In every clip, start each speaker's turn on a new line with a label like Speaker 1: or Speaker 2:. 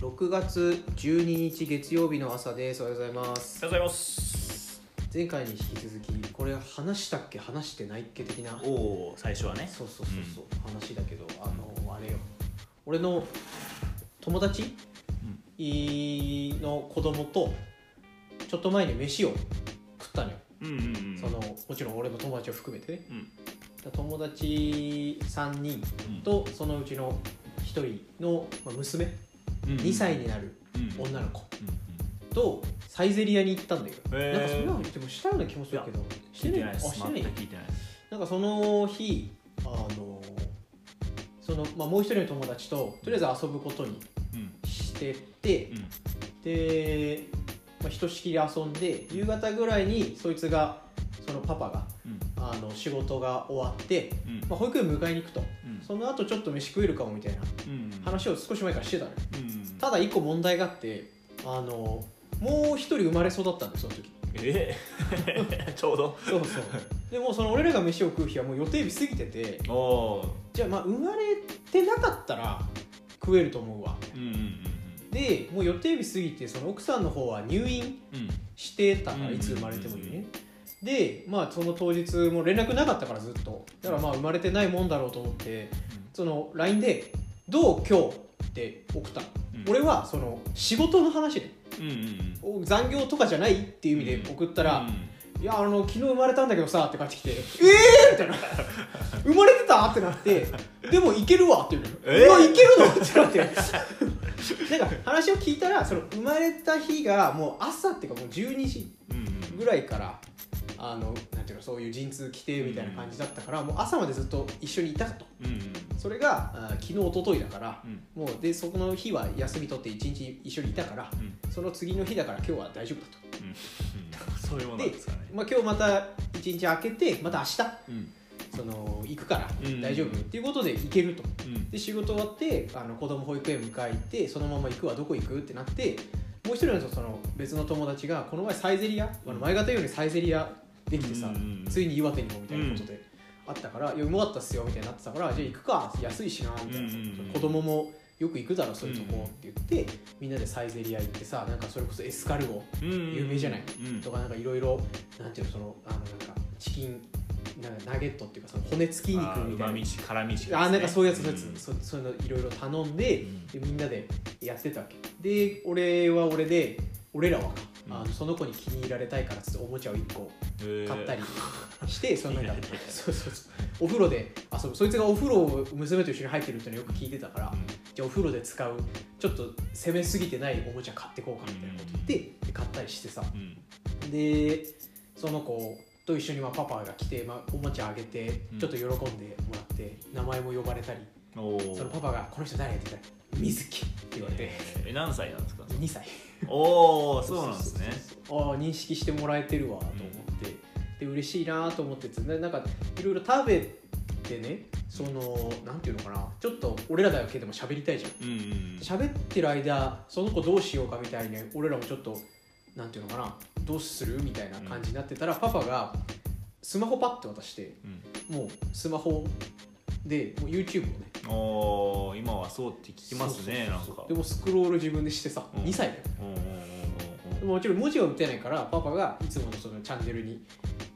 Speaker 1: 6月12日月曜日の朝ですおはようございます
Speaker 2: おはようございます
Speaker 1: 前回に引き続きこれ話したっけ話してないっけ的な
Speaker 2: おお最初はね
Speaker 1: そうそうそうそう、話だけどあのあれよ俺の友達の子供とちょっと前に飯を食ったのよ、
Speaker 2: うんうんうん
Speaker 1: そのもちろん俺の友達を含めてね
Speaker 2: うん
Speaker 1: 友達3人とそのうちの1人のまあ娘、
Speaker 2: うん
Speaker 1: 2歳になる
Speaker 2: うんうん
Speaker 1: 女の子
Speaker 2: うんうん
Speaker 1: とサイゼリアに行ったんだけど、
Speaker 2: へー
Speaker 1: なんかそんなのでもしたような気もするけど
Speaker 2: 聞いてないで
Speaker 1: あ
Speaker 2: す
Speaker 1: して
Speaker 2: 全
Speaker 1: ない
Speaker 2: く聞いてないです
Speaker 1: なんかその日あのその、まあ、もう一人の友達ととりあえず遊ぶことに
Speaker 2: うん
Speaker 1: してて、で、まあ、ひとしきり遊んで夕方ぐらいにそいつがそのパパが
Speaker 2: うん
Speaker 1: あの仕事が終わって、
Speaker 2: うん
Speaker 1: まあ、保育園迎えに行くと
Speaker 2: うん
Speaker 1: その後ちょっと飯食えるかもみたいな
Speaker 2: うんうん
Speaker 1: 話を少し前からしてたのよ
Speaker 2: うんうん
Speaker 1: ただ一個問題があってあのもう一人生まれそうだったんですその時
Speaker 2: ええ ちょうど
Speaker 1: そうそうでもうその俺らが飯を食う日はもう予定日過ぎてて
Speaker 2: おお
Speaker 1: じゃあまあ生まれてなかったら食えると思うわ
Speaker 2: うんうん
Speaker 1: でもう予定日過ぎてその奥さんの方は入院
Speaker 2: うんうん
Speaker 1: してたか
Speaker 2: うんうん
Speaker 1: ら
Speaker 2: うん
Speaker 1: いつ生まれてもいいねでまあその当日も連絡なかったからずっとだからまあ生まれてないもんだろうと思ってその LINE で「どう今日?」って送ったの、
Speaker 2: うん
Speaker 1: 俺はその仕事の話で
Speaker 2: うんうんうん
Speaker 1: お残業とかじゃないっていう意味で送ったら「
Speaker 2: うん
Speaker 1: いやあの昨日生まれたんだけどさって帰ってきて「ええー!」みたいな「生まれてた?」ってなって「でもいけるわ」って言うの「
Speaker 2: えー
Speaker 1: うわいけるの?」ってなってなんか話を聞いたらその生まれた日がもう朝っていうかもう12時
Speaker 2: うん
Speaker 1: ぐらいからあのなんていうのそういう陣痛規定みたいな感じだったからもう朝までずっと一緒にいたと
Speaker 2: うんうん
Speaker 1: それがあ昨日一昨日だから
Speaker 2: うん
Speaker 1: もうでそこの日は休み取って一日一緒にいたから
Speaker 2: うん
Speaker 1: その次の日だから今日は大丈夫だと。
Speaker 2: うんうんそういうものなんですかね
Speaker 1: まあ、今日また一日開けてまた明日
Speaker 2: うん
Speaker 1: その行くから
Speaker 2: うん
Speaker 1: 大丈夫、っていうことで行けると
Speaker 2: うん
Speaker 1: で仕事終わってあの子供保育園迎え行ってそのまま行くはどこ行くってなってもう一人のその別の友達がこの前サイゼリア、あの前方よりサイゼリアできてさ、
Speaker 2: うん
Speaker 1: ついに岩手にもみたいなことで、あったから「いやうまかったっすよ」みたいになってたから「じゃあ行くか安いしな」みたいな、
Speaker 2: うんうんうん
Speaker 1: 子供もよく行くだろそういうとこって言って、みんなでサイゼリア行ってさなんかそれこそエスカルゴ
Speaker 2: うん
Speaker 1: 有名じゃない
Speaker 2: うん
Speaker 1: とかなんかいろいろなんていうのそのあのなんかチキンなんかナゲットっていうかその骨付き肉
Speaker 2: あー
Speaker 1: みたいな
Speaker 2: 旨味し辛味し
Speaker 1: あーなんかそういうやつ、そういうや
Speaker 2: ん
Speaker 1: つそそういうのいろいろ頼んで,、
Speaker 2: うん
Speaker 1: でみんなでやってたわけで俺は俺で俺らはか、
Speaker 2: うん
Speaker 1: あのその子に気に入られたいからっつっておもちゃを1個買ったり して、そのなんか
Speaker 2: いいね
Speaker 1: そうそうそうお風呂で遊ぶそいつがお風呂を娘と一緒に入ってるっていうのよく聞いてたから、じゃあお風呂で使うちょっと攻めすぎてないおもちゃ買ってこうかみたいなこと言って、で買ったりしてさ、
Speaker 2: うんうん
Speaker 1: でその子と一緒にまあパパが来て、まあ、おもちゃあげて
Speaker 2: うん
Speaker 1: ちょっと喜んでもらって、名前も呼ばれたり
Speaker 2: おお
Speaker 1: そのパパが「この人誰?」って言ったら「水木」って言われて
Speaker 2: え何歳なんですか
Speaker 1: 2歳
Speaker 2: おおそうなんです
Speaker 1: そ
Speaker 2: ね
Speaker 1: うそうそうああ認識してもらえてるわと思って、で嬉しいなと思ってつななんかいろいろ食べてねそのなんていうのかなちょっと俺らだけでも喋りたいじゃん
Speaker 2: うんうん
Speaker 1: 喋ってる間その子どうしようかみたいに俺らもちょっとなんていうのかなどうするみたいな感じになってたら、パパがスマホパッて渡してもうスマホでもう YouTube をね
Speaker 2: うんおお今はそうって聞きますね
Speaker 1: そ
Speaker 2: な
Speaker 1: うそ
Speaker 2: ん
Speaker 1: うそう
Speaker 2: か
Speaker 1: でもスクロール自分でしてさ、
Speaker 2: うん
Speaker 1: 2歳だよ
Speaker 2: うんうん
Speaker 1: でももちろん文字は打てないからパパがいつものそのチャンネルに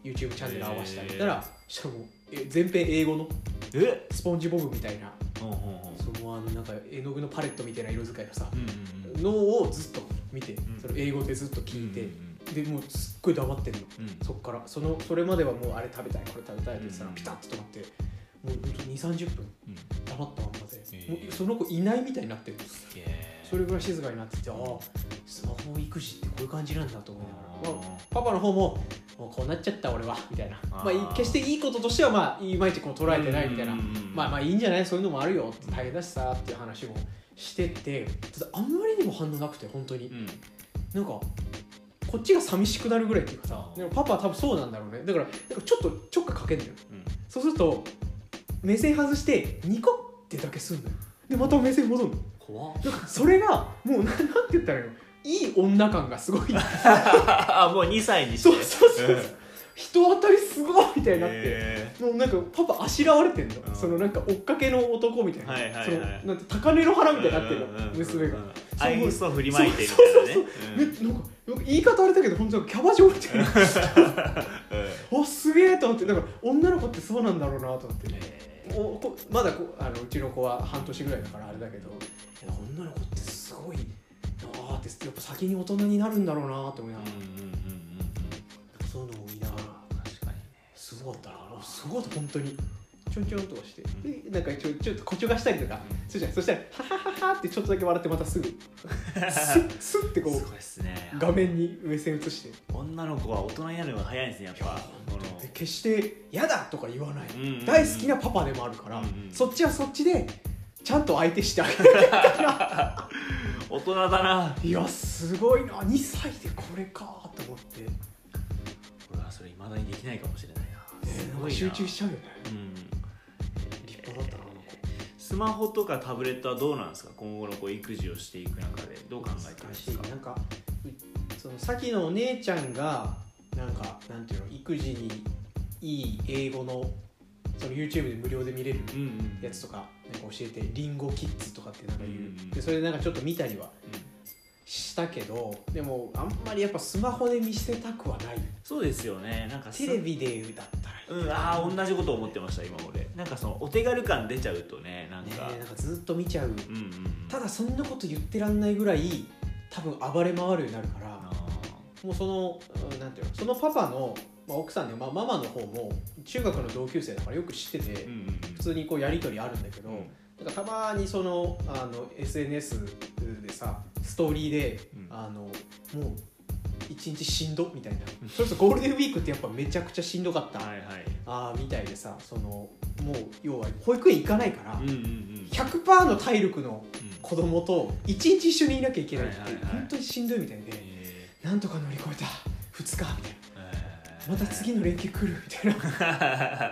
Speaker 1: YouTube チャンネル合わせてあげた
Speaker 2: へ
Speaker 1: ら、そしたらもうえ全編英語の
Speaker 2: うんうんえ
Speaker 1: スポンジボブみたいな
Speaker 2: うんうんうん
Speaker 1: そのあのなんか絵の具のパレットみたいな色使いのさ
Speaker 2: う、んうん
Speaker 1: のをずっと見て、
Speaker 2: ん
Speaker 1: それ英語でずっと聞いて、
Speaker 2: うん
Speaker 1: でもうすっごい黙ってんの
Speaker 2: うんうん
Speaker 1: そっからそのそれまではもうあれ食べたいこれ食べたいって言ってたら
Speaker 2: うん
Speaker 1: ピタッと止まってもうほんと2 3 0分
Speaker 2: うん
Speaker 1: 黙ったまんまで、
Speaker 2: へえ
Speaker 1: もうその子いないみたいになってる
Speaker 2: すげえ
Speaker 1: それぐらい静かになっててああスマホ育児ってこういう感じなんだと思いながら、
Speaker 2: あー
Speaker 1: まあパパの方ももうこうなっちゃった俺はみたいな
Speaker 2: あー
Speaker 1: まあいい、決していいこととしてはまあいまいちこう捉えてないみたいな、
Speaker 2: うんうんうん
Speaker 1: まあまあいいんじゃないそういうのもあるよ大変だしさっていう話もしててただあんまりにも反応なくて本当に、
Speaker 2: うん
Speaker 1: なんかこっちが寂しくなるぐらいっていうかさ
Speaker 2: あー
Speaker 1: でもパパは多分そうなんだろうねだからなんかちょっとちょっかいかけんだよ
Speaker 2: うん
Speaker 1: そうすると目線外してニコってだけすんのよでまた目線戻るの
Speaker 2: 怖っ
Speaker 1: なんかそれがもうななんて言 ったらいいのいい女感がすごい
Speaker 2: あもう2歳にして
Speaker 1: そうそうそうそう
Speaker 2: うん
Speaker 1: 人当たりすごいみたいになって、
Speaker 2: え
Speaker 1: もうなんかパパあしらわれてんの、
Speaker 2: うん
Speaker 1: そのなんか追っかけの男みたいな、
Speaker 2: はいはいはい
Speaker 1: そのなんて高根の花
Speaker 2: ー
Speaker 1: みたいになってるの、
Speaker 2: うんうんうんうん
Speaker 1: 娘が、
Speaker 2: 愛想振りまいてみたいなね
Speaker 1: そうめなんかなんか言い方あれだけど本当なんかキャバ嬢みたいな
Speaker 2: うんうん
Speaker 1: おすげえと思ってだから女の子ってそうなんだろうなと思ってね
Speaker 2: え
Speaker 1: おこまだこあのうちの子は半年ぐらいだからあれだけどいや女の子ってすごいなあってやっぱ先に大人になるんだろうなって思い
Speaker 2: ー
Speaker 1: な
Speaker 2: うん
Speaker 1: がら、
Speaker 2: うんうんうんうん
Speaker 1: そういうのを見ながら
Speaker 2: 確かにね
Speaker 1: すごかったなすごかった本当にちょんちょんとかしてでなんかちょちょっと誇張がしたりとか
Speaker 2: う
Speaker 1: するじゃんそしたら「ハハハハ」ってちょっとだけ笑ってまた すぐスッスッってこ
Speaker 2: す
Speaker 1: う
Speaker 2: ごいっすね
Speaker 1: 画面に目線移して
Speaker 2: 女の子は大人になるのが早いですねやっぱこの
Speaker 1: で決して「嫌だ!」とか言わない、
Speaker 2: うんうんうん
Speaker 1: 大好きなパパでもあるから、
Speaker 2: うんうん
Speaker 1: そっちはそっちでちゃんと相手してあげる
Speaker 2: 大人だない
Speaker 1: やすごいな2歳でこれかと思って、
Speaker 2: 俺はそれ未だにできないかもしれないなす
Speaker 1: なん
Speaker 2: ご
Speaker 1: か
Speaker 2: いな
Speaker 1: 集中しちゃうよね
Speaker 2: うん
Speaker 1: 立派だったなあの子
Speaker 2: スマホとかタブレットはどうなんですか今後のこう育児をしていく中でどう考えてる
Speaker 1: 難
Speaker 2: んで
Speaker 1: し
Speaker 2: す
Speaker 1: い
Speaker 2: か
Speaker 1: なんかうそのさっきのお姉ちゃんがなんかなんていうの育児にいい英語のその YouTube で無料で見れる
Speaker 2: うんうん
Speaker 1: やつとかなんか教えて「リンゴキッズ」とかってなんか言う、
Speaker 2: うんうん
Speaker 1: でそれでなんかちょっと見たりは
Speaker 2: うん
Speaker 1: したけどでもあんまりやっぱスマホで見せたくはない
Speaker 2: そうですよねなんかす
Speaker 1: テレビでだったらいい
Speaker 2: うんああ同じこと思ってました今俺なんかそのお手軽感出ちゃうとねなん
Speaker 1: ね
Speaker 2: か
Speaker 1: えなんかずっと見ちゃう、
Speaker 2: うんうんうん
Speaker 1: ただそんなこと言ってらんないぐらい多分暴れ回るようになるから、
Speaker 2: あ
Speaker 1: もうその、うんなんていうのそのパパの、まあ、奥さんで、まあ、ママの方も中学の同級生だからよく知ってて、
Speaker 2: ーうんうんうん
Speaker 1: 普通にこうやり取りあるんだけど、
Speaker 2: うん
Speaker 1: なんかたまにそのあの SNS でさストーリーで、
Speaker 2: うん
Speaker 1: あのもう一日しんどみたいなそれこそゴールデンウィークってやっぱめちゃくちゃしんどかった、
Speaker 2: はいはい
Speaker 1: あーみたいでさそのもう要は保育園行かないから、
Speaker 2: うんうんうん
Speaker 1: 100%の体力の
Speaker 2: うん
Speaker 1: 子供と一日一緒にいなきゃいけないって、
Speaker 2: はいはいはい
Speaker 1: 本当にしんどいみたいで、
Speaker 2: え
Speaker 1: なんとか乗り越えた2日みたい
Speaker 2: ーえー
Speaker 1: なまた次の連休来るみたいな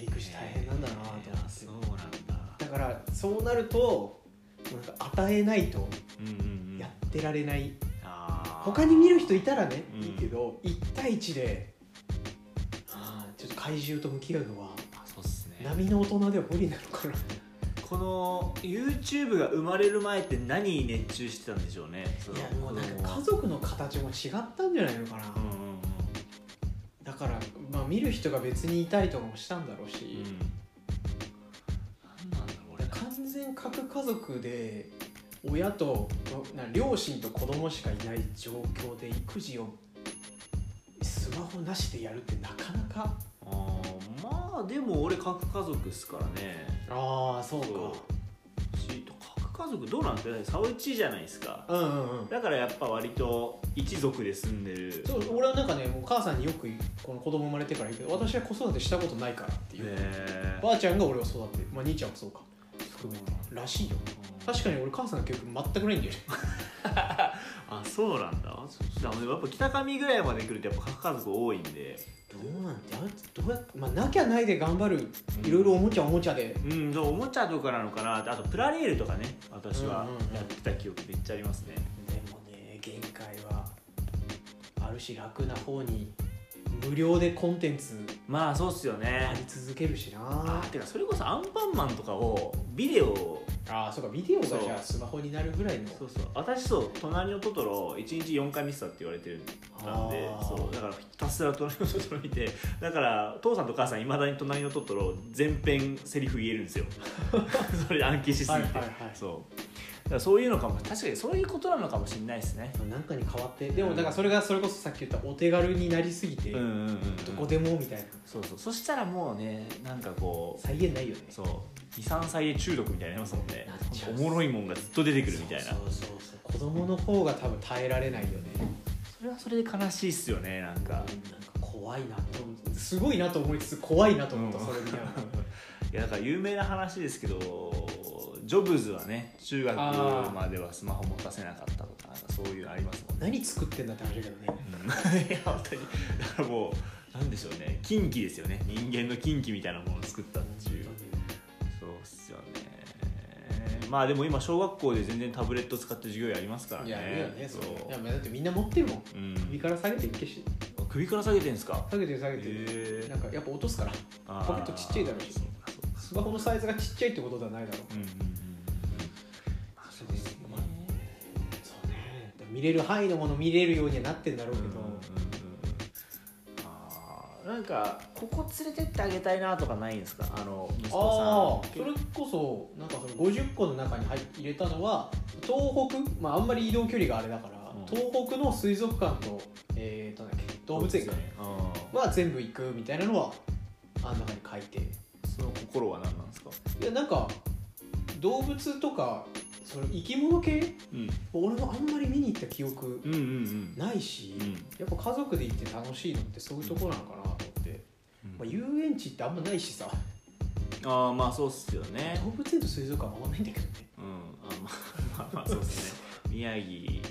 Speaker 1: 育児
Speaker 2: えー
Speaker 1: 大変なんだなと思って
Speaker 2: いやそうなんだ
Speaker 1: だからそうなるとなんか与えないと
Speaker 2: うんうんうん
Speaker 1: やってられない、
Speaker 2: あー
Speaker 1: 他に見る人いたらね、
Speaker 2: うん
Speaker 1: いいけど1対1であーちょっと怪獣と向き合うのは
Speaker 2: あそうっすね
Speaker 1: 波の大人では無理なのかな
Speaker 2: この YouTube が生まれる前って何に熱中してたんでしょうねその
Speaker 1: いやもうなん
Speaker 2: 子供
Speaker 1: か
Speaker 2: は
Speaker 1: 家族の形も違ったんじゃないのかな、
Speaker 2: うんうん
Speaker 1: だから、まあ、見る人が別にいたりとかもしたんだろうし、
Speaker 2: うんうんなんなんだろう俺な
Speaker 1: 完全核家族で親とな両親と子供しかいない状況で育児をスマホなしでやるってなかなか
Speaker 2: あーまあでも俺核家族っすからね
Speaker 1: ああそ
Speaker 2: し核家族どうなんですかだってサウチじゃないですか
Speaker 1: うんうんうん
Speaker 2: だからやっぱ割と一族で住んでる
Speaker 1: そう俺はなんかねもう母さんによくこの子供生まれてから言うけど私は子育てしたことないからっていう、
Speaker 2: へ
Speaker 1: ばあちゃんが俺を育てまあ兄ちゃんもそうか含めてらしいよ確かに俺母さんの記憶全くないんだよね
Speaker 2: あそうなんだでもやっぱ北上ぐらいまで来るとやっぱ核家族多いんで
Speaker 1: どうなんてあいつどうやってまあなきゃないで頑張るいろいろおもちゃおもちゃで
Speaker 2: うん、そうおもちゃとかなのかなってあとプラレールとかね私は
Speaker 1: うんうんうん
Speaker 2: やってた記憶めっちゃありますね、
Speaker 1: でもね限界はあるし楽な方に無料でコンテンツ
Speaker 2: まあそうっすよ
Speaker 1: あ
Speaker 2: ね
Speaker 1: り続けるしな
Speaker 2: あーてかそれこそアンパンマンとかをビデオ
Speaker 1: あーそうかビデオが
Speaker 2: そう
Speaker 1: じゃあスマホになるぐらいの
Speaker 2: そうそう私そう「隣のトトロ」1日4回見てたって言われてるなんで
Speaker 1: あー
Speaker 2: そうだからひたすら「隣のトトロ」見てだから父さんと母さんいまだに「隣のトトロ」全編セリフ言えるんですよ それ暗記しすぎて、
Speaker 1: はいはいはい
Speaker 2: そうだからそういうのかも確かにそういうことなのかもしれないですね
Speaker 1: なんかに変わってでもなんかそれがそれこそさっき言ったお手軽になりすぎて、
Speaker 2: うんうんうん、うん、
Speaker 1: どこでもみたいな
Speaker 2: そうそうそしたらもうねなんかこ
Speaker 1: 再現ないよね
Speaker 2: うそう23歳で中毒みたいになりますもんね
Speaker 1: なっちゃう
Speaker 2: おもろいもんがずっと出てくるみたいな
Speaker 1: そ
Speaker 2: そ
Speaker 1: うそうそうそう子供の方が多分耐えられないよね、
Speaker 2: れはそれで悲しいっすよねなん
Speaker 1: なん
Speaker 2: か
Speaker 1: か怖いなと思うすごいなと思いつつ怖いなと思った、
Speaker 2: うん
Speaker 1: それみたいない
Speaker 2: やだから有名な話ですけどジョブズはね中学
Speaker 1: あー
Speaker 2: まではスマホ持たせなかったとかなんかそういうのありますもんね
Speaker 1: 何作ってんだって話だけどね
Speaker 2: うん いや本当にだからもうなんでしょうね禁忌ですよね人間の禁忌みたいなものを作ったっていうそうっすよねまあでも今小学校で全然タブレット使って授業やりますからね
Speaker 1: いや、いやね、そう
Speaker 2: う
Speaker 1: いやまあだってみんな持ってるもん、
Speaker 2: うん
Speaker 1: 首から下げていけし
Speaker 2: 大首から下げてんすか
Speaker 1: 下げてる下げてる、
Speaker 2: へ
Speaker 1: なんかやっぱ落とすからポケットちっちゃいだろうし
Speaker 2: そうかそうか
Speaker 1: スマホのサイズがちっちゃいってことではないだろう
Speaker 2: うんうんうん
Speaker 1: そうですねそうね見れる範囲のもの見れるようにはなってんだろうけど、
Speaker 3: あーなんかここ連れてってあげたいなとかないんですかあの息
Speaker 1: あ
Speaker 3: 子さ
Speaker 1: あ
Speaker 3: ん
Speaker 1: それこそなんかその50個の中に入入れたのは東北、まあ、あんまり移動距離があれだから、
Speaker 2: うん
Speaker 1: 東北の水族館と,、えー、となんだっけ動物園か
Speaker 2: あ
Speaker 1: は全部行くみたいなのはあの中に書いて
Speaker 2: ーその心は何なんですか
Speaker 1: いやなんか動物とかその生き物系
Speaker 2: うん
Speaker 1: 俺もあんまり見に行った記憶
Speaker 2: うんうんうん
Speaker 1: ないし、
Speaker 2: うん
Speaker 1: やっぱ家族で行って楽しいのってそういうところなのかなと思って、まあ、遊園地ってあんまないしさ
Speaker 2: ああまあそうっすよね
Speaker 1: 動物園と水族館はあんまないんだけどね
Speaker 2: うんあまあまあまあそうっすね宮城うん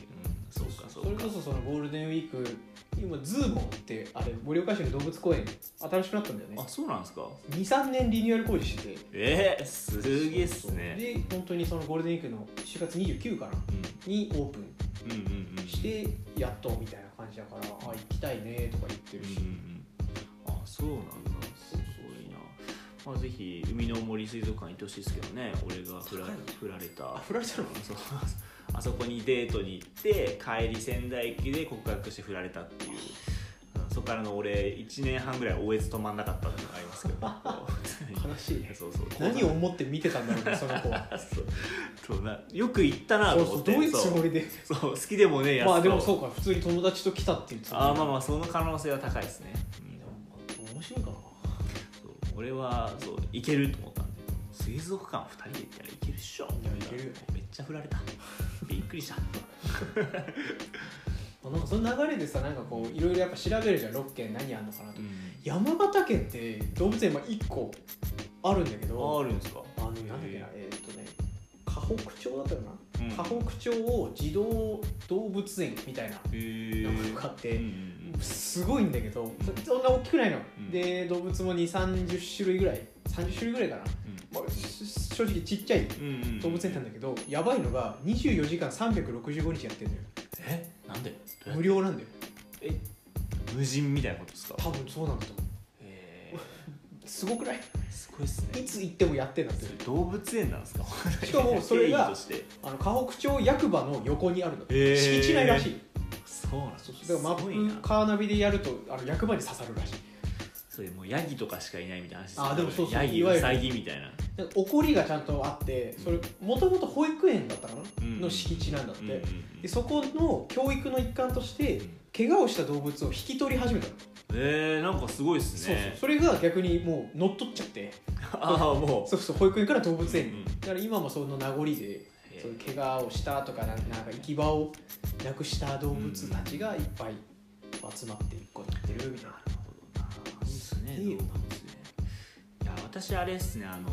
Speaker 2: そうかそう
Speaker 1: れ
Speaker 2: か
Speaker 1: こそそのゴールデンウィーク今ズーモンってあれ盛岡市の動物公園新しくなったんだよね
Speaker 2: あそうなんですか
Speaker 1: 23年リニューアル工事してて
Speaker 2: えー、すげえっすね
Speaker 1: で本当にそのゴールデンウィークの4月29かなにオープン
Speaker 2: うんうんうんうん
Speaker 1: してやっとみたいな感じだから、あ行きたいねとか言って
Speaker 2: う
Speaker 1: る
Speaker 2: んうん
Speaker 1: し、
Speaker 2: うんあそうなんだすごいなまあぜひ海の森水族館行ってほしいですけどね俺が振ら
Speaker 1: 高いね
Speaker 2: 振られた
Speaker 1: あ振られたの
Speaker 2: そうあそこにデートに行って帰り仙台駅で告白して振られたっていううんそこからの俺1年半ぐらいおえず止まんなかったっていうのがありますけどこ
Speaker 1: 悲しいう ね
Speaker 2: そうそう
Speaker 1: 何を思って見てたんだろう ねその子は
Speaker 2: そうそうなよく行ったなと
Speaker 1: そう
Speaker 2: 思
Speaker 1: そう
Speaker 2: って
Speaker 1: どういうつ
Speaker 2: そ
Speaker 1: も
Speaker 2: う
Speaker 1: りで
Speaker 2: そう好きでもねえやつと
Speaker 1: まあでもそうか普通に友達と来たっていうつもり
Speaker 2: あーまあまあその可能性は高いですね、うん
Speaker 1: でも面白いかな
Speaker 2: そう俺はそう行けると思ったんで水族館2人で行ったら行けるっしょ
Speaker 1: いや行けるよ
Speaker 2: めっちゃ振られたびっくりした
Speaker 1: あなんかその流れでさなんかこういろいろやっぱ調べるじゃん6県何あんのかなとか、山形県って動物園まあ1個あるんだけ
Speaker 2: あ
Speaker 1: ど
Speaker 2: あるんですか
Speaker 1: あのなんだっけなえーっとね河北町だったよな、
Speaker 2: うん
Speaker 1: 河北町を児童動物園みたいな
Speaker 2: へえ
Speaker 1: 名前があって、
Speaker 2: うんうん
Speaker 1: すごいんだけどそそんな大きくないの、
Speaker 2: うん
Speaker 1: で動物も2 3 0種類ぐらい30種類ぐらいかな、まあ、し正直ちっちゃい
Speaker 2: うんうんうん
Speaker 1: 動物園なんだけど、やばいのが24時間365日やってんだよ
Speaker 2: えなんでどうや
Speaker 1: 無料なんだよ
Speaker 2: え無人みたいなことですか
Speaker 1: 多分そうなんだと思う
Speaker 2: へえ
Speaker 1: すごくない
Speaker 2: すごいっす
Speaker 1: い
Speaker 2: ね
Speaker 1: つ行ってもやってんだって
Speaker 2: それ動物園なんですか
Speaker 1: しか もそれ
Speaker 2: 定
Speaker 1: が
Speaker 2: 義として
Speaker 1: あの河北町役場の横にあるんだって、
Speaker 2: へー
Speaker 1: 敷地内らしい
Speaker 2: そうなん
Speaker 1: そうそうだからマ
Speaker 2: すごい
Speaker 1: ッ
Speaker 2: な
Speaker 1: プカーナビでやるとあの役場に刺さるらしい
Speaker 2: それもうヤギとかしかいないみたいな話すよ
Speaker 1: あーでもそうそう
Speaker 2: ヤギ
Speaker 1: いわゆる
Speaker 2: ウサギみたいな
Speaker 1: なんか怒りがちゃんとあってそれもともと保育園だったかな、
Speaker 2: うん
Speaker 1: の敷地なんだって、
Speaker 2: うんうんうん
Speaker 1: でそこの教育の一環として
Speaker 2: うん
Speaker 1: 怪我をした動物を引き取り始めたの、
Speaker 2: えー、なんかすごいっす
Speaker 1: そうそう
Speaker 2: ね
Speaker 1: それが逆にもう乗っ取っちゃって
Speaker 2: ああもう
Speaker 1: そうそう保育園から動物園に、
Speaker 2: うん
Speaker 1: だから今もその名残で
Speaker 2: へー
Speaker 1: そういう怪我をしたとかなんなんか行き場をなくした動物たちがいっぱい集まって一個になってるみたいな
Speaker 2: なるほどないいっすね
Speaker 1: いいよ
Speaker 2: 動物ねいや私あれっすねあの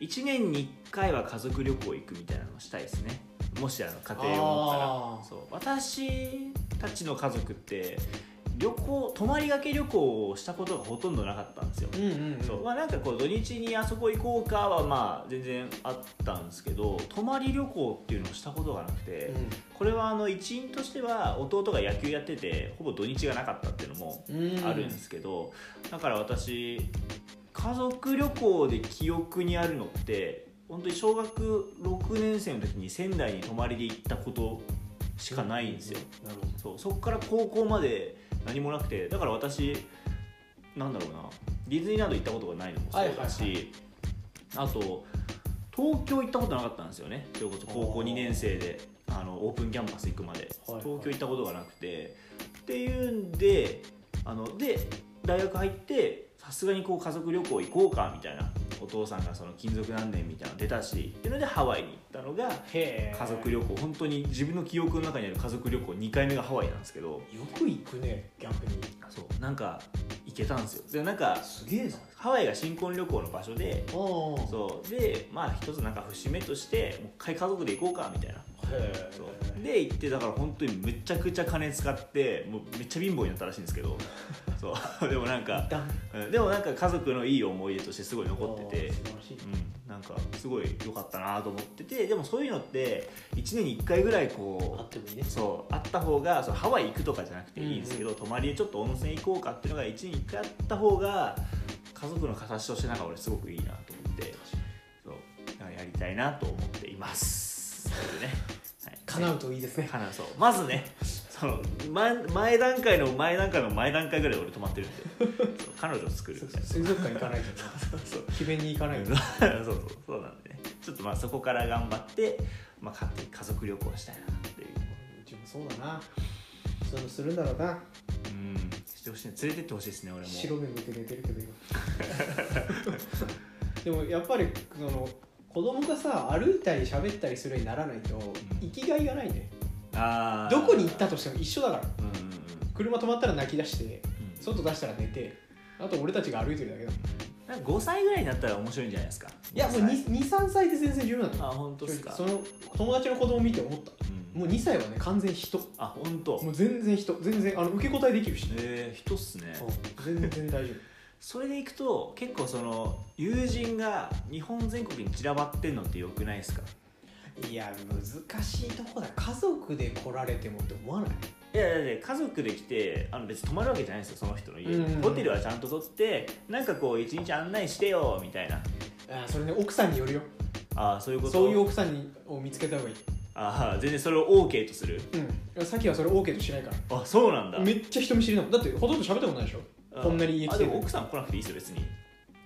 Speaker 2: 1年に1回は家族旅行行くみたいなのしたいですねもしあの家庭を持った
Speaker 1: あ
Speaker 2: ら
Speaker 1: ー
Speaker 2: そう私たちの家族って旅行泊まりがけ旅行をしたことがほとんどなかったんですよ、
Speaker 1: うんうんうん
Speaker 2: そうまあなんかこう土日にあそこ行こうかはまあ全然あったんですけど泊まり旅行っていうのをしたことがなくて、これはあの一員としては弟が野球やっててほぼ土日がなかったっていうのも
Speaker 1: うんうん
Speaker 2: あるんですけど、だから私家族旅行で記憶にあるのって本当に小学6年生の時に仙台に泊まりで行ったことしかないんですよ、
Speaker 1: なるほど
Speaker 2: そうそこから高校まで何もなくてだから私なんだろうなディズニーランド行ったことがないのもそうだし、
Speaker 1: はいは
Speaker 2: あと東京行ったことなかったんですよねそれこそ高校
Speaker 1: あー
Speaker 2: 2年生であのオープンキャンパス行くまで、
Speaker 1: はいはい
Speaker 2: 東京行ったことがなくてっていうんであので大学入ってさすがにこう家族旅行行こうかみたいなお父さんがその勤続何年みたいなの出たしっていうのでハワイに行ったのが
Speaker 1: へえ
Speaker 2: 家族旅行本当に自分の記憶の中にある家族旅行2回目がハワイなんですけど
Speaker 1: よく行くね逆に
Speaker 2: そうなんか行けたんですよでなんか
Speaker 1: すげえな
Speaker 2: ハワイが新婚旅行の場所で
Speaker 1: おー
Speaker 2: そうでまあ一つなんか節目としてもう一回家族で行こうかみたいな
Speaker 1: へえ
Speaker 2: そうで行ってだから本当にめちゃくちゃ金使ってもうめっちゃ貧乏になったらしいんですけどそう でもなんか
Speaker 1: だん
Speaker 2: うんでもなんか家族のいい思い出としてすごい残って
Speaker 1: あ
Speaker 2: て
Speaker 1: ー素晴らしい
Speaker 2: うん、なんかすごい良かったなと思っててでもそういうのって1年に1回ぐらい
Speaker 1: あ
Speaker 2: こ
Speaker 1: ってもいいね
Speaker 2: うそうあった方がそうハワイ行くとかじゃなくていいんですけど、
Speaker 1: う
Speaker 2: 泊まりでちょっと温泉行こうかっていうのが1年に1回あった方が家族の形としてなんか俺すごくいいなと思ってそうなんかやりたいなと思っています。というねはい
Speaker 1: 叶うといいですね
Speaker 2: かなそうまずねその前前段階の前段階の前段階ぐらいで俺止まってるん でそう彼女を作るみたいな
Speaker 1: 水族館行かないとな
Speaker 2: そう
Speaker 1: 決めに行かないとな
Speaker 2: そうそうそうなんでねちょっとまあそこから頑張って、まあ、勝手に家族旅行したいなっていう
Speaker 1: うちもそうだなそういうのするんだろうな
Speaker 2: うんしてほしいね連れてってほしいですね俺も
Speaker 1: 白目向けて寝てるけど今 でもやっぱりその子供がさ歩いたり喋ったりするようにならないと生きがいがないね
Speaker 2: あー
Speaker 1: どこに行ったとしても一緒だから
Speaker 2: うんうんうん
Speaker 1: 車止まったら泣き出して
Speaker 2: うん
Speaker 1: 外出したら寝てあと俺たちが歩いてるだけだもん
Speaker 2: なんか5歳ぐらいになったら面白いんじゃないですか
Speaker 1: いやもう
Speaker 2: 5歳
Speaker 1: 23歳で全然十分なんだよ
Speaker 2: あ本当ですか
Speaker 1: その友達の子供見て思った
Speaker 2: うん
Speaker 1: もう2歳はね完全人
Speaker 2: あ本当
Speaker 1: もう全然人全然あの受け答えできるし、
Speaker 2: えー、人っすね
Speaker 1: うん全然大丈
Speaker 2: それでいくと結構その友人が日本全国に散らばってんのってよくないですか
Speaker 1: 夫いや難しいとこだ家族で来られてもって思わない
Speaker 2: いやいやいや家族で来てあの別に泊まるわけじゃないんですよその人の家に、
Speaker 1: うんうんうん
Speaker 2: ホテルはちゃんと取ってなんかこう一日案内してよみたいな
Speaker 1: あーそれね奥さんによるよ
Speaker 2: ああそういうこと
Speaker 1: そういう奥さんにを見つけた方がいい
Speaker 2: ああ全然それを OK とする
Speaker 1: うんさっきはそれ OK としないか
Speaker 2: あそうなんだ
Speaker 1: らめっちゃ人見知りなのだってほとんど喋ったことないでしょ
Speaker 2: あ
Speaker 1: こんなに家来
Speaker 2: あ
Speaker 1: て
Speaker 2: で
Speaker 1: る
Speaker 2: も奥さん来なくていいですよ別にい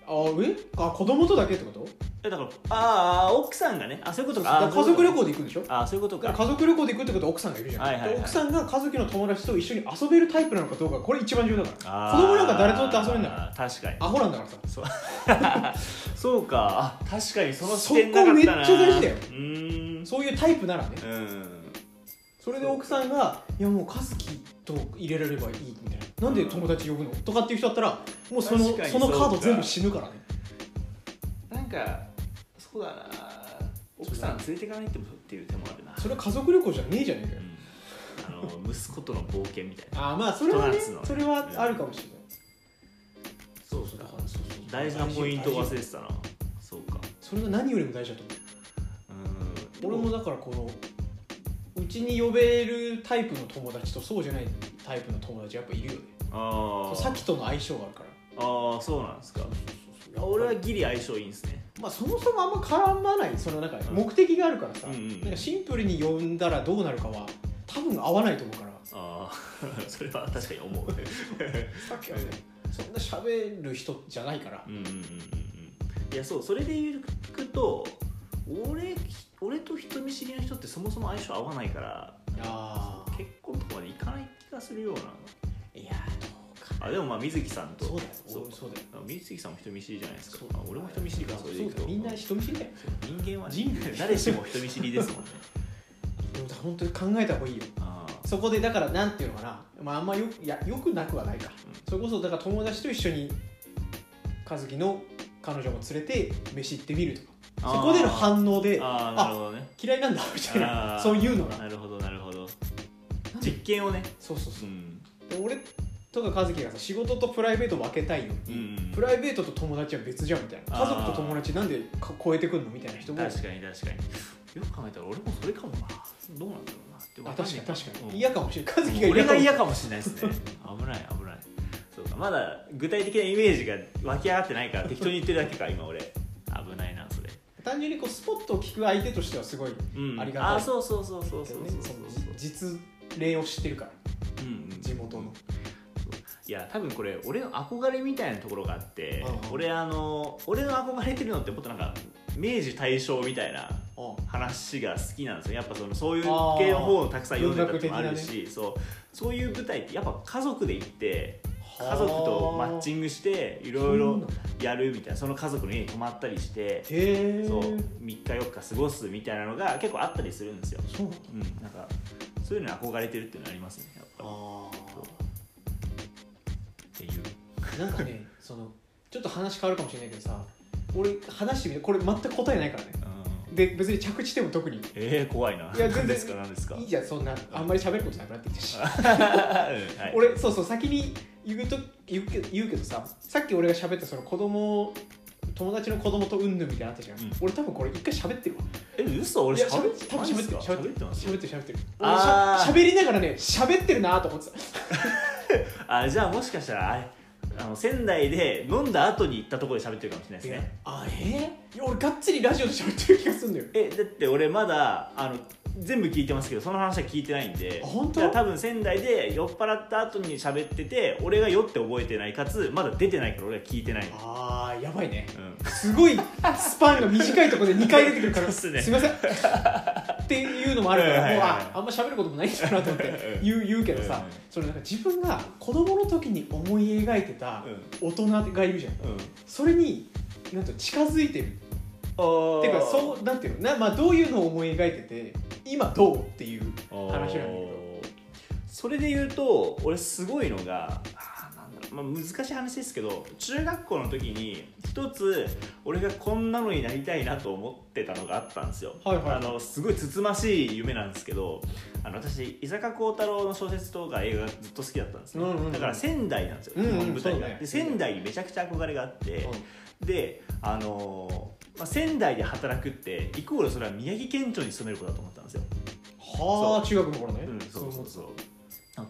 Speaker 1: あーえあ子供とだけってこと
Speaker 2: やだからああ奥さんがねあそういうこと
Speaker 1: だ
Speaker 2: か
Speaker 1: から家族旅
Speaker 2: 行
Speaker 1: 行で行くんでしょ
Speaker 2: あそういうこと
Speaker 1: だ
Speaker 2: か
Speaker 1: から家族旅行で行くってことは奥さんがいるじゃん、
Speaker 2: はいはいはい
Speaker 1: 奥さんが家族の友達と一緒に遊べるタイプなのかどうかこれ一番重要だから
Speaker 2: あ
Speaker 1: 子
Speaker 2: ー
Speaker 1: 供なんか誰とだって遊べんだから
Speaker 2: 確かに
Speaker 1: アホなんだからさ
Speaker 2: そうかあ確かにその
Speaker 1: そ
Speaker 2: 視
Speaker 1: こ
Speaker 2: 点なかったな
Speaker 1: めっちゃ大事だよ
Speaker 2: うーん
Speaker 1: そういうタイプならね
Speaker 2: うん
Speaker 1: それで奥さんが「いやもう和樹と入れられればいい」みたいな「なんで友達呼ぶの?」とかっていう人だったらもうその
Speaker 2: 確かに
Speaker 1: その
Speaker 2: そう
Speaker 1: カ
Speaker 2: か
Speaker 1: ード全部死ぬからね
Speaker 2: なんかそうだな奥さん連れていかないってもっていう手もあるな
Speaker 1: それは家族旅行じゃねえじゃねえかよ
Speaker 2: あの息子との冒険みたいな
Speaker 1: ああまあそれはね
Speaker 2: 人夏のね
Speaker 1: それはあるかもしれない
Speaker 2: そう
Speaker 1: だからそうそう
Speaker 2: 大事なポイントを忘
Speaker 1: れ
Speaker 2: れてたなそうか
Speaker 1: それが何よりも大事だと思
Speaker 2: う
Speaker 1: う
Speaker 2: ん
Speaker 1: 俺もだからこのうちに呼べるタイプの友達とそうじゃないタイプの友達やっぱいるよね
Speaker 2: ああ
Speaker 1: さっきとの相性があるから
Speaker 2: ああそうなんですかあ
Speaker 1: 俺
Speaker 2: 俺
Speaker 1: は
Speaker 2: はギリ相性いいんですね
Speaker 1: まあ、そもそもあんま絡まないそのなんか目的があるからさ、
Speaker 2: うんうん
Speaker 1: なんかシンプルに呼んだらどうなるかは多分合わないと思うから
Speaker 2: ああ それは確かに 思う
Speaker 1: さっきはねそんな喋る人じゃないから
Speaker 2: うんうんうんうんうんいやそうそれで言うと俺俺と人見知りの人ってそもそも相性合わないから
Speaker 1: あー
Speaker 2: 結婚とかまでいかない気がするようない
Speaker 1: やーどうか
Speaker 2: あでもまあ水木さんと
Speaker 1: そうだよそ
Speaker 2: そう
Speaker 1: うそうだよ
Speaker 2: あ水木さんも人見知りじゃないですか
Speaker 1: そう
Speaker 2: あ俺も人見知りかそれでい
Speaker 1: そう
Speaker 2: く
Speaker 1: だ
Speaker 2: と
Speaker 1: よみんな人見知りだよ
Speaker 2: 人間は、ね、
Speaker 1: 人類
Speaker 2: 誰しも人見知りですも んね
Speaker 1: でも本当に考えた方がいいよ
Speaker 2: ああ
Speaker 1: そこでだからなんていうのかな、まあ、あんまよくいやよくなくはないか、それこそだから友達と一緒に和樹の彼女も連れて飯行ってみるとか
Speaker 2: あー
Speaker 1: そこでの反応で
Speaker 2: ああなるほどね
Speaker 1: 嫌いなんだみたいな
Speaker 2: あー
Speaker 1: そういうのが
Speaker 2: なるほどなるほど実験をね
Speaker 1: そうそう
Speaker 2: う
Speaker 1: そう、
Speaker 2: ん
Speaker 1: で俺とか和樹がさ仕事とプライベートを分けたいの
Speaker 2: う
Speaker 1: に、
Speaker 2: ん
Speaker 1: プライベートと友達は別じゃんみたいな
Speaker 2: あ
Speaker 1: 家
Speaker 2: ー
Speaker 1: 族と友達なんでか超えてくんのみたいな人
Speaker 2: 確
Speaker 1: も
Speaker 2: かに確かによく考えたら俺もそれかもなどうなんだろうなって
Speaker 1: あ
Speaker 2: わ
Speaker 1: 確か
Speaker 2: んない
Speaker 1: に確か
Speaker 2: うん
Speaker 1: に嫌かもしれない和樹が
Speaker 2: 俺
Speaker 1: 嫌か
Speaker 2: が
Speaker 1: もしれ
Speaker 2: 嫌
Speaker 1: ない
Speaker 2: かもしれないですね危ない危ないそうかまだ具体的なイメージが湧き上がってないから 適当に言ってるだけか今俺危ないなそれ
Speaker 1: 単純にこうスポットを聞く相手としてはすごい
Speaker 2: うん
Speaker 1: ありがたい
Speaker 2: あそうそうそうそうそうそうそう
Speaker 1: そ
Speaker 2: そう
Speaker 1: の実例を知ってるから
Speaker 2: うんうん
Speaker 1: 地元の
Speaker 2: いや多分これ俺の憧れみたいなところがあって
Speaker 1: うんうん
Speaker 2: 俺あの俺の憧れてるのってもっとなんか明治大正みたいな
Speaker 1: あ
Speaker 2: 話が好きなんですよやっぱそのそういう
Speaker 1: あー
Speaker 2: 系の本をたくさん読んでたってのもある
Speaker 1: 文学
Speaker 2: し、そうそういう舞台ってやっぱ家族で行って家族とマッチ
Speaker 1: ン
Speaker 2: ングしていろいろやるみたいなその家族の家に泊まったりして
Speaker 1: へえ
Speaker 2: そう3日4日過ごすみたいなのが結構あったりするんですよ、
Speaker 1: そう
Speaker 2: うん、なんかそういうのに憧れてるっていうのありますねやっ
Speaker 1: あ
Speaker 2: ぱりそうっていう
Speaker 1: なんかねそのちょっと話変わるかもしれないけどさ俺話してみてこれ全く答えないからね
Speaker 2: うん
Speaker 1: で別に着地点も特に
Speaker 2: えー、怖いない
Speaker 1: や全然
Speaker 2: 何ですか何ですか
Speaker 1: いいじゃんそんなあんまり喋ることなくなってきたし
Speaker 2: うんはい
Speaker 1: 俺そうそう先に言うと言うけど言うけどささっき俺が喋ったその子供友達の子供とうんぬんみたいなのあったじゃん、
Speaker 2: うん
Speaker 1: 俺多分これ一回喋ってるわ
Speaker 2: え嘘俺
Speaker 1: いや喋
Speaker 2: 喋
Speaker 1: っ
Speaker 2: ってて
Speaker 1: 多分喋ってる
Speaker 2: マジすか喋ってます
Speaker 1: 喋ってる喋ってる俺
Speaker 2: あ
Speaker 1: し
Speaker 2: ー
Speaker 1: ゃ喋りながらね喋ってるなと思ってた
Speaker 2: あじゃあもしかしたらあれあの仙台で飲んだ後に行ったところで喋ってるかもしれないですね
Speaker 1: あえーいや俺がっつりラジオで喋ってる気がするんだよ
Speaker 2: えだって俺まだあの全部聞いてますけどその話は聞いてないんで
Speaker 1: あ本当
Speaker 2: だから多分仙台で酔っ払った後に喋ってて俺が酔って覚えてないかつまだ出てないから俺は聞いてないの
Speaker 1: あーやばいね
Speaker 2: うん
Speaker 1: すごいスパンが短いところで2回出てくるから
Speaker 2: そうっすね
Speaker 1: みませんっていうのもあるか
Speaker 2: は
Speaker 1: ら
Speaker 2: い
Speaker 1: もう
Speaker 2: はいはい
Speaker 1: ああんま喋ることもないんだなと思って言う言うけど
Speaker 2: うん
Speaker 1: さ
Speaker 2: うん
Speaker 1: それなんか自分が子供の時に思い描いてた大人がいるじゃん
Speaker 2: うんうん
Speaker 1: それになんと近づいてる
Speaker 2: あ
Speaker 1: っていうかそうなんていうのな、まあ、どういうのを思い描いてて今どうっていう
Speaker 2: う
Speaker 1: 話なんだけど
Speaker 2: それで言うと俺すごいのがあーなんだろう、まあ、難しい話ですけど中学校の時に一つ俺がこんなのになりたいなと思ってたのがあったんですよ、
Speaker 1: はいはい
Speaker 2: あのすごいつつましい夢なんですけどあの私伊坂幸太郎の小説とか映画がずっと好きだったんですね、
Speaker 1: うんうんうん
Speaker 2: だから仙台なんですよ、
Speaker 1: うんうん
Speaker 2: 基本舞台が、
Speaker 1: そうね
Speaker 2: で仙台にめちゃくちゃ憧れがあって、であのーまあ、仙台で働くってイコールそれは宮城県庁に勤めることだと思ったんですよ
Speaker 1: はあ中学の頃ね
Speaker 2: うん、そうそうそう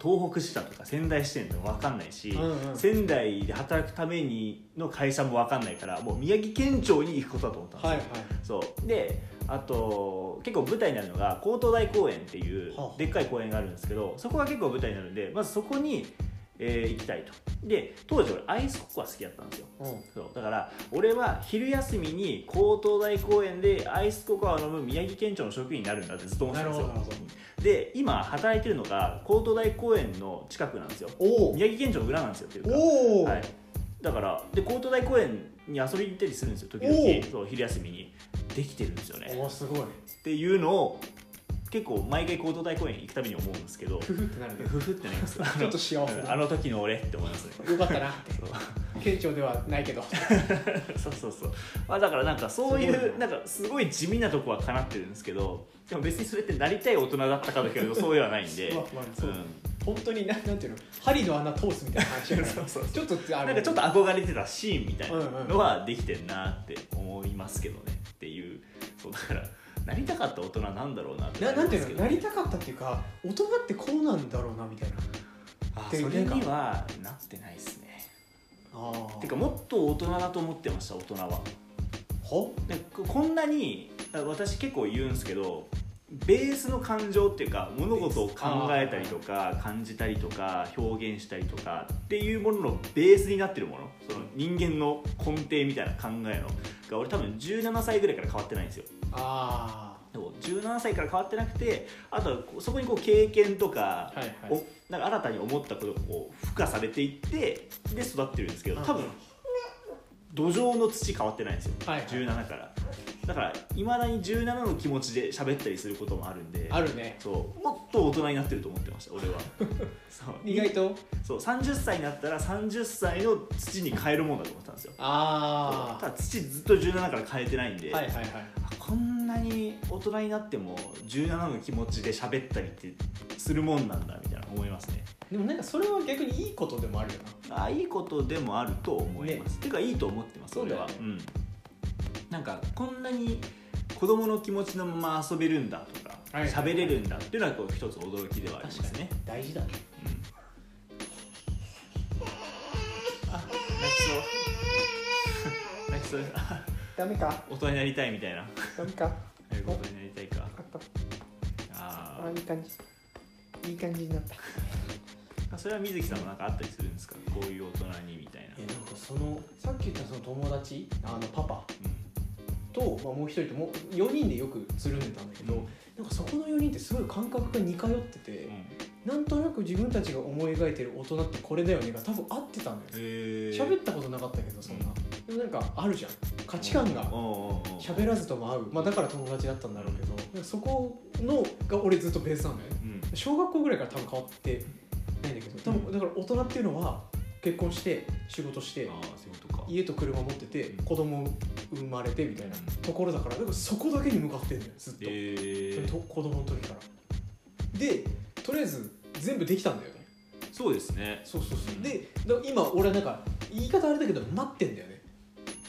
Speaker 2: 東北支社とか仙台支店とか分かんないし、
Speaker 1: うんうん
Speaker 2: 仙台で働くためにの会社も分かんないからもう宮城県庁に行くことだと思ったんです
Speaker 1: はい
Speaker 2: よ、
Speaker 1: はい
Speaker 2: そうであと結構舞台になるのが江東台公園っていう
Speaker 1: はあ
Speaker 2: でっかい公園があるんですけどそこが結構舞台になるんでまずそこに、えー行きたいとで当時俺アイスココア好きだったんですよ
Speaker 1: うん
Speaker 2: そうだから俺は昼休みに江東大公園でアイスココアを飲む宮城県庁の職員になるんだってずっと思ってたんですよ
Speaker 1: なるほどなる
Speaker 2: で今働いてるのが江東大公園の近くなんですよ
Speaker 1: おー
Speaker 2: 宮城県庁の裏なんですよっていうか
Speaker 1: おお、
Speaker 2: はい、だからで江東大公園に遊びに行ったりするんですよ時
Speaker 1: お
Speaker 2: 々そう昼休みにできてるんですよね
Speaker 1: おーすごい
Speaker 2: っていうのを結構毎回江東大公園行くたびに思うんですけど
Speaker 1: ふふってなるね
Speaker 2: ふふってなりますあ
Speaker 1: ちょっと幸 せ
Speaker 2: のあ
Speaker 1: だ
Speaker 2: の時の俺って思いますね
Speaker 1: よかったなって
Speaker 2: そう
Speaker 1: 県庁ではないけど
Speaker 2: そうそうそう、まあ、だからなんかそうい
Speaker 1: すごいな
Speaker 2: うなんかすごい地味なとこはかなってるんですけどでも別にそれってなりたい大人だったかだけどそうではないんで、
Speaker 1: まあまあそう
Speaker 2: うん
Speaker 1: 本当にななんていうの針の穴通すみたいな話やから
Speaker 2: そうそう
Speaker 1: ちょっとあ
Speaker 2: なんかちょっと憧れてたシーンみたいなのはできてんなって思いますけどねっていうそうだからなりたかった大人なんだろうなって
Speaker 1: ななんていうのなり
Speaker 2: た
Speaker 1: たかったっていうか大人ってこうなんだろうなみたいな
Speaker 2: あ
Speaker 1: ってい
Speaker 2: そうれにはなってないですね
Speaker 1: あ
Speaker 2: てかもっと大人だと思ってました大人は
Speaker 1: ほ
Speaker 2: でここんなにあ私結構言うんですけどベースの感情っていうか物事を考えたりとか感じたりとか表現したりとかっていうもののベースになってるものその人間の根底みたいな考えのが俺多分17歳ぐらいから変わってないんですよ
Speaker 1: あ
Speaker 2: でも17歳から変わってなくてあとはこうそこにこう経験と
Speaker 1: あ
Speaker 2: か、
Speaker 1: はいは
Speaker 2: おなんか新たに思ったことがこう付加されていってで育ってるんですけど多分
Speaker 1: うん
Speaker 2: 土壌の土変わってないんですよ、
Speaker 1: はいはい
Speaker 2: 17からだからいまだに17の気持ちで喋ったりすることもあるんで
Speaker 1: あるね
Speaker 2: そうもっと大人になってると思ってました 俺はそう
Speaker 1: 意外と
Speaker 2: そう30歳になったら30歳の土に変えるもんだと思ってたんですよ
Speaker 1: あ
Speaker 2: ただ土ずっと17から変えてないんで、
Speaker 1: あはいはいはい
Speaker 2: あこんなに大人になっても17の気持ちで喋ったりってするもんなんだみたいな思いますね
Speaker 1: でもなんかそれは逆にいいことでもあるよな
Speaker 2: あいいことでもあると思います、てかいいと思ってます
Speaker 1: そう
Speaker 2: 俺
Speaker 1: だよ
Speaker 2: は
Speaker 1: ね
Speaker 2: うんなんかこんなに子供の気持ちのまま遊べるんだとか
Speaker 1: はい
Speaker 2: 喋れるんだっていうのはこう一つ驚きではありますね、
Speaker 1: 大事だね
Speaker 2: うん、あ 泣きそう泣きそうあ
Speaker 1: ダメか
Speaker 2: 大人になりたいみたいな
Speaker 1: ダメか
Speaker 2: 大人になりたいか
Speaker 1: あった
Speaker 2: あ
Speaker 1: いい感じいい感じになった
Speaker 2: あそれは水木さんもなんかあったりするんですかこういう大人にみたいな、
Speaker 1: えなんかそのさっき言ったその友達あのパパと、まあ、もう一人ともう4人でよくつるんでたんだけ
Speaker 2: う
Speaker 1: ど、
Speaker 2: ん
Speaker 1: なんかそこの4人ってすごい感覚が似通ってて、
Speaker 2: うん
Speaker 1: なんとなく自分たちが思い描いてる大人ってこれだよねが多分合ってたのよ
Speaker 2: え
Speaker 1: 喋、ったことなかったけどそんな、でもなんかあるじゃん価値観が喋らずとも合う、まあ、だから友達だったんだろうけどなんかそこのが俺ずっとベースなのよね
Speaker 2: うん
Speaker 1: 小学校ぐらいから多分変わってないんだけど多分だから大人っていうのは結婚して仕事して
Speaker 2: ああそういうことか
Speaker 1: 家と車持ってて
Speaker 2: うん
Speaker 1: 子供生まれてみたいなところだからでもそこだけに向かってんだよずっと,、
Speaker 2: えー、
Speaker 1: と子供の時からでとりあえず全部できたんだよね
Speaker 2: そうですね
Speaker 1: そうそうそううんでだから今俺なんか言い方あれだけど待ってんだよね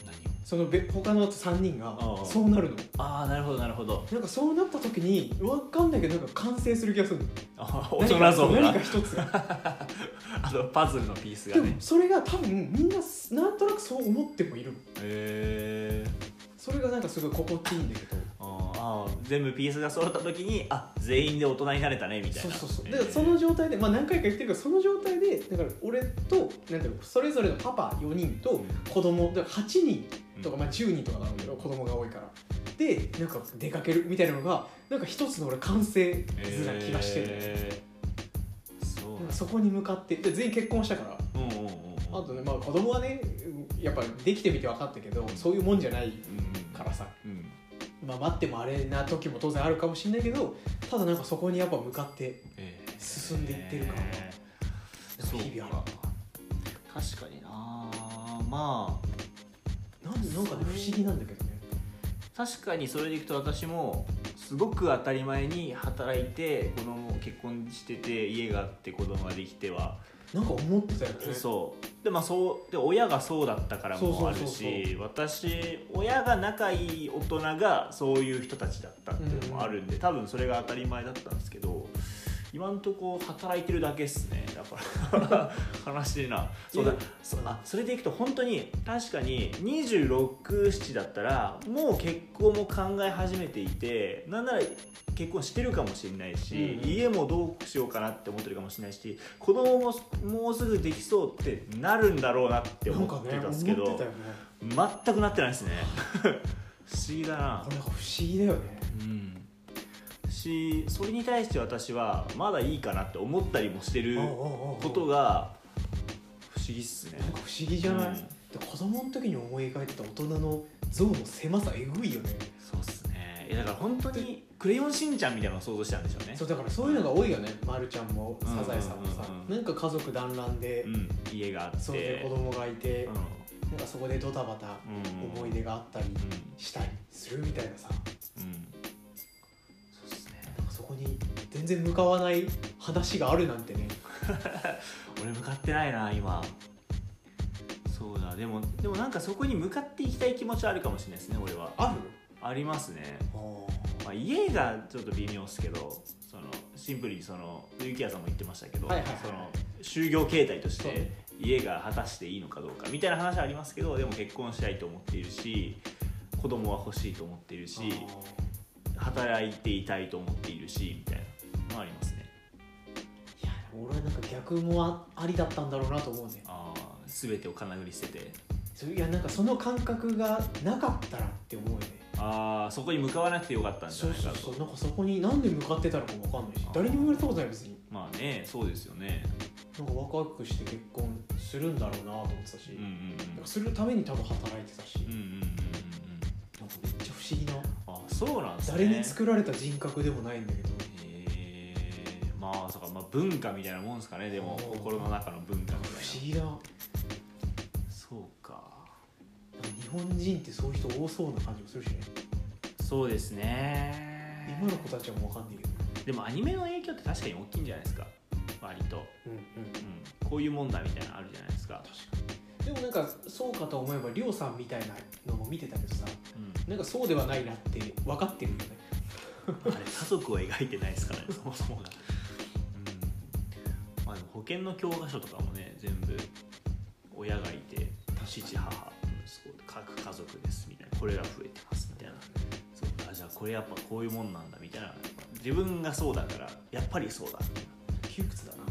Speaker 2: 何を
Speaker 1: そのべ他の3人が
Speaker 2: ああ
Speaker 1: そうなるの
Speaker 2: ああなるほどなるほ ど
Speaker 1: なんかそうなった時に分かんないけどなんか完成する気がするの
Speaker 2: ああ大
Speaker 1: 何
Speaker 2: 人
Speaker 1: か
Speaker 2: 像
Speaker 1: 何
Speaker 2: が
Speaker 1: か一つ が
Speaker 2: あのパズルのピース
Speaker 1: で
Speaker 2: が
Speaker 1: も
Speaker 2: ね
Speaker 1: それが多分みんななんとなくそう思ってもいる
Speaker 2: へえ
Speaker 1: それがなんかすごい心地いいんだけど
Speaker 2: ああ全部ピースが揃った時にあ全員で大人になれたねみたい
Speaker 1: そう
Speaker 2: な
Speaker 1: そうそう
Speaker 2: へ
Speaker 1: だ
Speaker 2: ー
Speaker 1: からその状態で、まあ、何回か言ってるけどその状態でだから俺となんだろうそれぞれのパパ4人と子供だから8人とか、まあ、10人とかなんだけど子供が多いからでなんか出かけるみたいなのがなんか一つの俺完成図な気がしてる、
Speaker 2: へーそう
Speaker 1: なんかそこに向かってで全員結婚したから
Speaker 2: うんうんうんうん
Speaker 1: あとね、まあ、子供はねやっぱできてみて分かったけどそういうもんじゃない
Speaker 2: うんうん
Speaker 1: からさ、
Speaker 2: うん
Speaker 1: まあ、待ってもあれな時も当然あるかもしれないけどただなんかそこにやっぱ向かって
Speaker 2: えー
Speaker 1: 進んでいってる感は
Speaker 2: えーそう
Speaker 1: 日々ある
Speaker 2: 確かになまあ
Speaker 1: なんなんかね不思議なんだけどね
Speaker 2: 確かにそれでいくと私もすごく当たり前に働いて子供結婚してて家があって子供ができては
Speaker 1: なんか思ってたよね
Speaker 2: そうでまあそうで親がそうだったからもあるし
Speaker 1: そうそうそう
Speaker 2: 私親が仲いい大人がそういう人たちだったっていうのもあるんで、多分それが当たり前だったんですけど今んとこ働いてるだけっすね だから悲しいなそうだ
Speaker 1: いや
Speaker 2: そうあそれでいくと本当に確かに267だったらもう結婚も考え始めていてなんなら結婚してるかもしれないし、
Speaker 1: うんうん
Speaker 2: 家もどうしようかなって思ってるかもしれないし子供ももうすぐできそうってなるんだろうなって
Speaker 1: な
Speaker 2: 思
Speaker 1: んか
Speaker 2: って
Speaker 1: ね
Speaker 2: たん
Speaker 1: 思
Speaker 2: で
Speaker 1: っ
Speaker 2: す
Speaker 1: て
Speaker 2: け
Speaker 1: た
Speaker 2: ど、
Speaker 1: よね
Speaker 2: 全くなってないですね 不思議だな
Speaker 1: これなんか不思議だよね
Speaker 2: うんしそれに対して私はまだいいかなって思ったりもしてるこ
Speaker 1: ことが
Speaker 2: が不思議っすね
Speaker 1: なんか不思議じゃない、
Speaker 2: うん
Speaker 1: で子供の時に思い描いてた大人の像の狭さえぐいよね
Speaker 2: そうっすねいやだから本当に「クレヨンしんちゃん」みたいなのを想像したんでしょうね
Speaker 1: そうだからそういうのが多いよね、まるちゃんもサザエさんもさ、
Speaker 2: うんうんうんうん
Speaker 1: なんか家族団らんで、
Speaker 2: うん、家があって
Speaker 1: そうで子供がいて、なんかそこでドタバタ
Speaker 2: うんうん
Speaker 1: 思い出があったり
Speaker 2: うん
Speaker 1: したりするみたいなさ、
Speaker 2: うんそうっすね
Speaker 1: なんかそこに全然向かわない話があるなんてね
Speaker 2: 俺向かってないな今そうだでもでもなんかそこに向かっていきたい気持ちはあるかもしれないですね俺は
Speaker 1: ある
Speaker 2: ありますね、
Speaker 1: あ
Speaker 2: まあ、家がちょっと微妙ですけどそのシンプルにそのゆきやさんも言ってましたけど、
Speaker 1: はいはいはい
Speaker 2: その就業形態とし
Speaker 1: そう
Speaker 2: て家が果たしていいのかどうかみたいな話はありますけどでも結婚したいと思っているし子供は欲しいと思っているし
Speaker 1: い
Speaker 2: 働いていたいと思っているしみたいなのありますね
Speaker 1: や俺はなんか逆もあありだったんだろうなと思うね
Speaker 2: ああ全てをかなぐり捨てて
Speaker 1: そういやなんかその感覚がなかったらって思うよね
Speaker 2: ああそこに向かわなくてよかったんじゃ
Speaker 1: そう
Speaker 2: ない
Speaker 1: そ
Speaker 2: か
Speaker 1: う
Speaker 2: と
Speaker 1: そうなんかそこに何で向かってたのかも分かんないし
Speaker 2: あー
Speaker 1: 誰にも言われたことない別に
Speaker 2: まあねそうですよね
Speaker 1: なんか若くして結婚するんだろうなと思ってたし、
Speaker 2: うんうん
Speaker 1: なんかするために多分働いてたし、
Speaker 2: うんうんうんうんうんうん
Speaker 1: なんかめっちゃ不思議な
Speaker 2: あそうなんですね
Speaker 1: 誰に作られた人格でもないんだけど
Speaker 2: えーまあそうか、まあ、文化みたいなもんですかねでも
Speaker 1: おー
Speaker 2: 心の中の文化みたい
Speaker 1: なん
Speaker 2: な
Speaker 1: か不思議ななんか
Speaker 2: そうか
Speaker 1: 日本人ってそういう人多そうな感じもするしね
Speaker 2: そうですね
Speaker 1: 今の子たちはもう分かんないけど、
Speaker 2: でもアニメの影響って確かに大きいんじゃないですか割と、
Speaker 1: うんうん、
Speaker 2: うん、こういうもんだみたいなのあるじゃないですか、
Speaker 1: でもなんかそうかと思えばりょうさんみたいなのも見てたけどさ
Speaker 2: うん、
Speaker 1: なんかそうではないなって分かってるよね
Speaker 2: あれ家族を描いてないです からねそもそもが、うんまあ、でも保険の教科書とかもね全部親がいて父母息子各家族ですみたいなこれが増えてますみたいなそうあじゃあこれやっぱこういうもんなんだみたいなやっぱ自分がそうだからやっぱりそうだみたいな
Speaker 1: 窮屈だな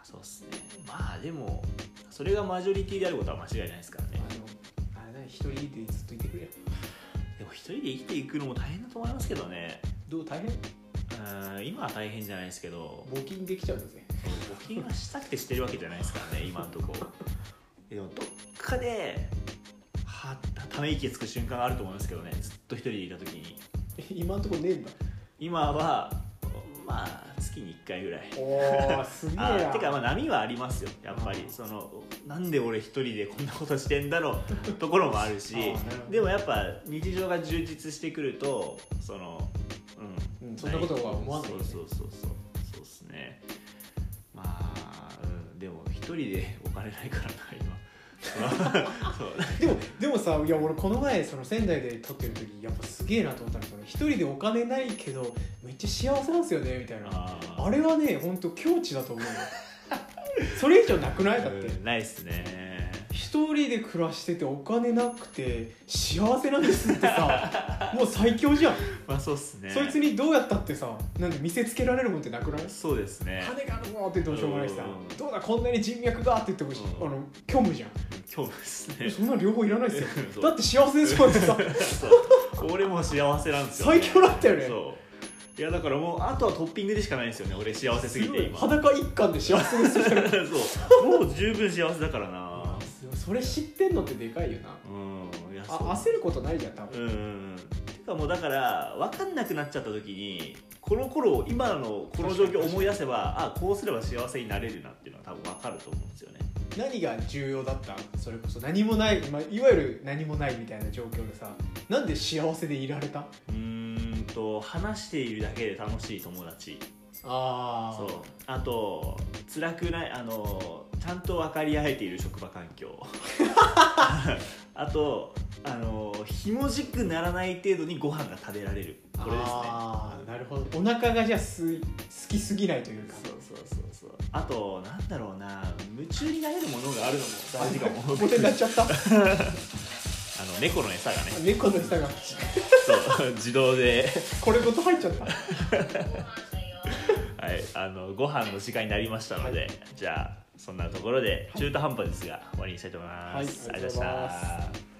Speaker 2: あそうっすねまあでもそれがマジョリティであることは間違いないですからね
Speaker 1: あのあれだね一人でずっといてくれよ
Speaker 2: でも一人で生きていくのも大変だと思いますけどね
Speaker 1: どう大変
Speaker 2: うん今は大変じゃないですけど
Speaker 1: 募金できちゃうんだぜ
Speaker 2: 募金はしたくてしてるわけじゃないですからね今のとこでもどっかではため息つく瞬間があると思いますけどねずっと一人でいた時に
Speaker 1: 今んとこねえんだ
Speaker 2: 今はまあつ月に1回ぐらい
Speaker 1: おーすげえ
Speaker 2: あ
Speaker 1: や
Speaker 2: てかまあ波はありますよやっぱり
Speaker 1: うん
Speaker 2: そのなんで俺一人でこんなことしてんだろ うところもあるし
Speaker 1: あーなるほど
Speaker 2: でもやっぱ日常が充実してくるとそのうん、
Speaker 1: うんそんなことは思わないよね
Speaker 2: そうそうそうそうそうっすねまあ、うん、でも一人でお金ないからな今 そう
Speaker 1: でもでもさいや俺この前その仙台で撮ってる時やっぱすげえなと思ったのその一人でお金ないけどめっちゃ幸せなんですよねみたいなあ
Speaker 2: あ
Speaker 1: れはねほんと境地だと 思うよそれ以上なくないだって、
Speaker 2: うんないっすね
Speaker 1: 一人で暮らしててお金なくて幸せなんですってさもう最強じゃん、
Speaker 2: まあそうっすね
Speaker 1: そいつにどうやったってさなんで見せつけられるもんってなくない
Speaker 2: そうですね
Speaker 1: 金があるぞって言ってもしょうがないしさ
Speaker 2: うん
Speaker 1: どうだこんなに人脈がって言ってもしあ
Speaker 2: うん
Speaker 1: の虚無じゃん
Speaker 2: 今日ですね
Speaker 1: そんなの両方いらないですよ
Speaker 2: そう
Speaker 1: だって幸せでしょってさ
Speaker 2: そう俺も幸せなんですよ、
Speaker 1: 最強だったよね
Speaker 2: そういやだからもうあとはトッピングでしかないんですよね俺幸せすぎて今 そう
Speaker 1: 裸一貫で幸せですよ
Speaker 2: もう十分幸せだからな
Speaker 1: それ知ってんのってでかいよな
Speaker 2: うんいや
Speaker 1: あ
Speaker 2: そう
Speaker 1: 焦ることないじゃん多分
Speaker 2: うんうんうんてかもうだから分かんなくなっちゃった時にこの頃今のこの状況を思い出せばあこうすれば幸せになれるなっていうのは多分分かると思うんですよね
Speaker 1: 何が重要だったそれこそ何もない、まあ、いわゆる何もないみたいな状況でさなんで幸せでいられた
Speaker 2: うーんと話しているだけで楽しい友達
Speaker 1: あ
Speaker 2: そうあと辛くないあのちゃんと分かり合えている職場環 境あとあのひもじくならない程度にご飯が食べられるこれですね
Speaker 1: あーなるほどお腹がじゃあす好きすぎないというか
Speaker 2: そうそうそうそうあとなんだろうな夢中になれるものがあるのも大事かも
Speaker 1: モ テになっちゃった
Speaker 2: あの猫の餌がね
Speaker 1: 猫の下が
Speaker 2: そう 自動で、
Speaker 1: これごと入っちゃった
Speaker 2: はい、あのご飯の時間になりましたので、
Speaker 1: は
Speaker 2: じゃあそんなところで中途半端ですが終わりにしたいと思います、
Speaker 1: はい
Speaker 2: あ
Speaker 1: ありがとう
Speaker 2: りがとうご
Speaker 1: ご
Speaker 2: ざ
Speaker 1: ざ
Speaker 2: い
Speaker 1: い
Speaker 2: ま
Speaker 1: ま
Speaker 2: した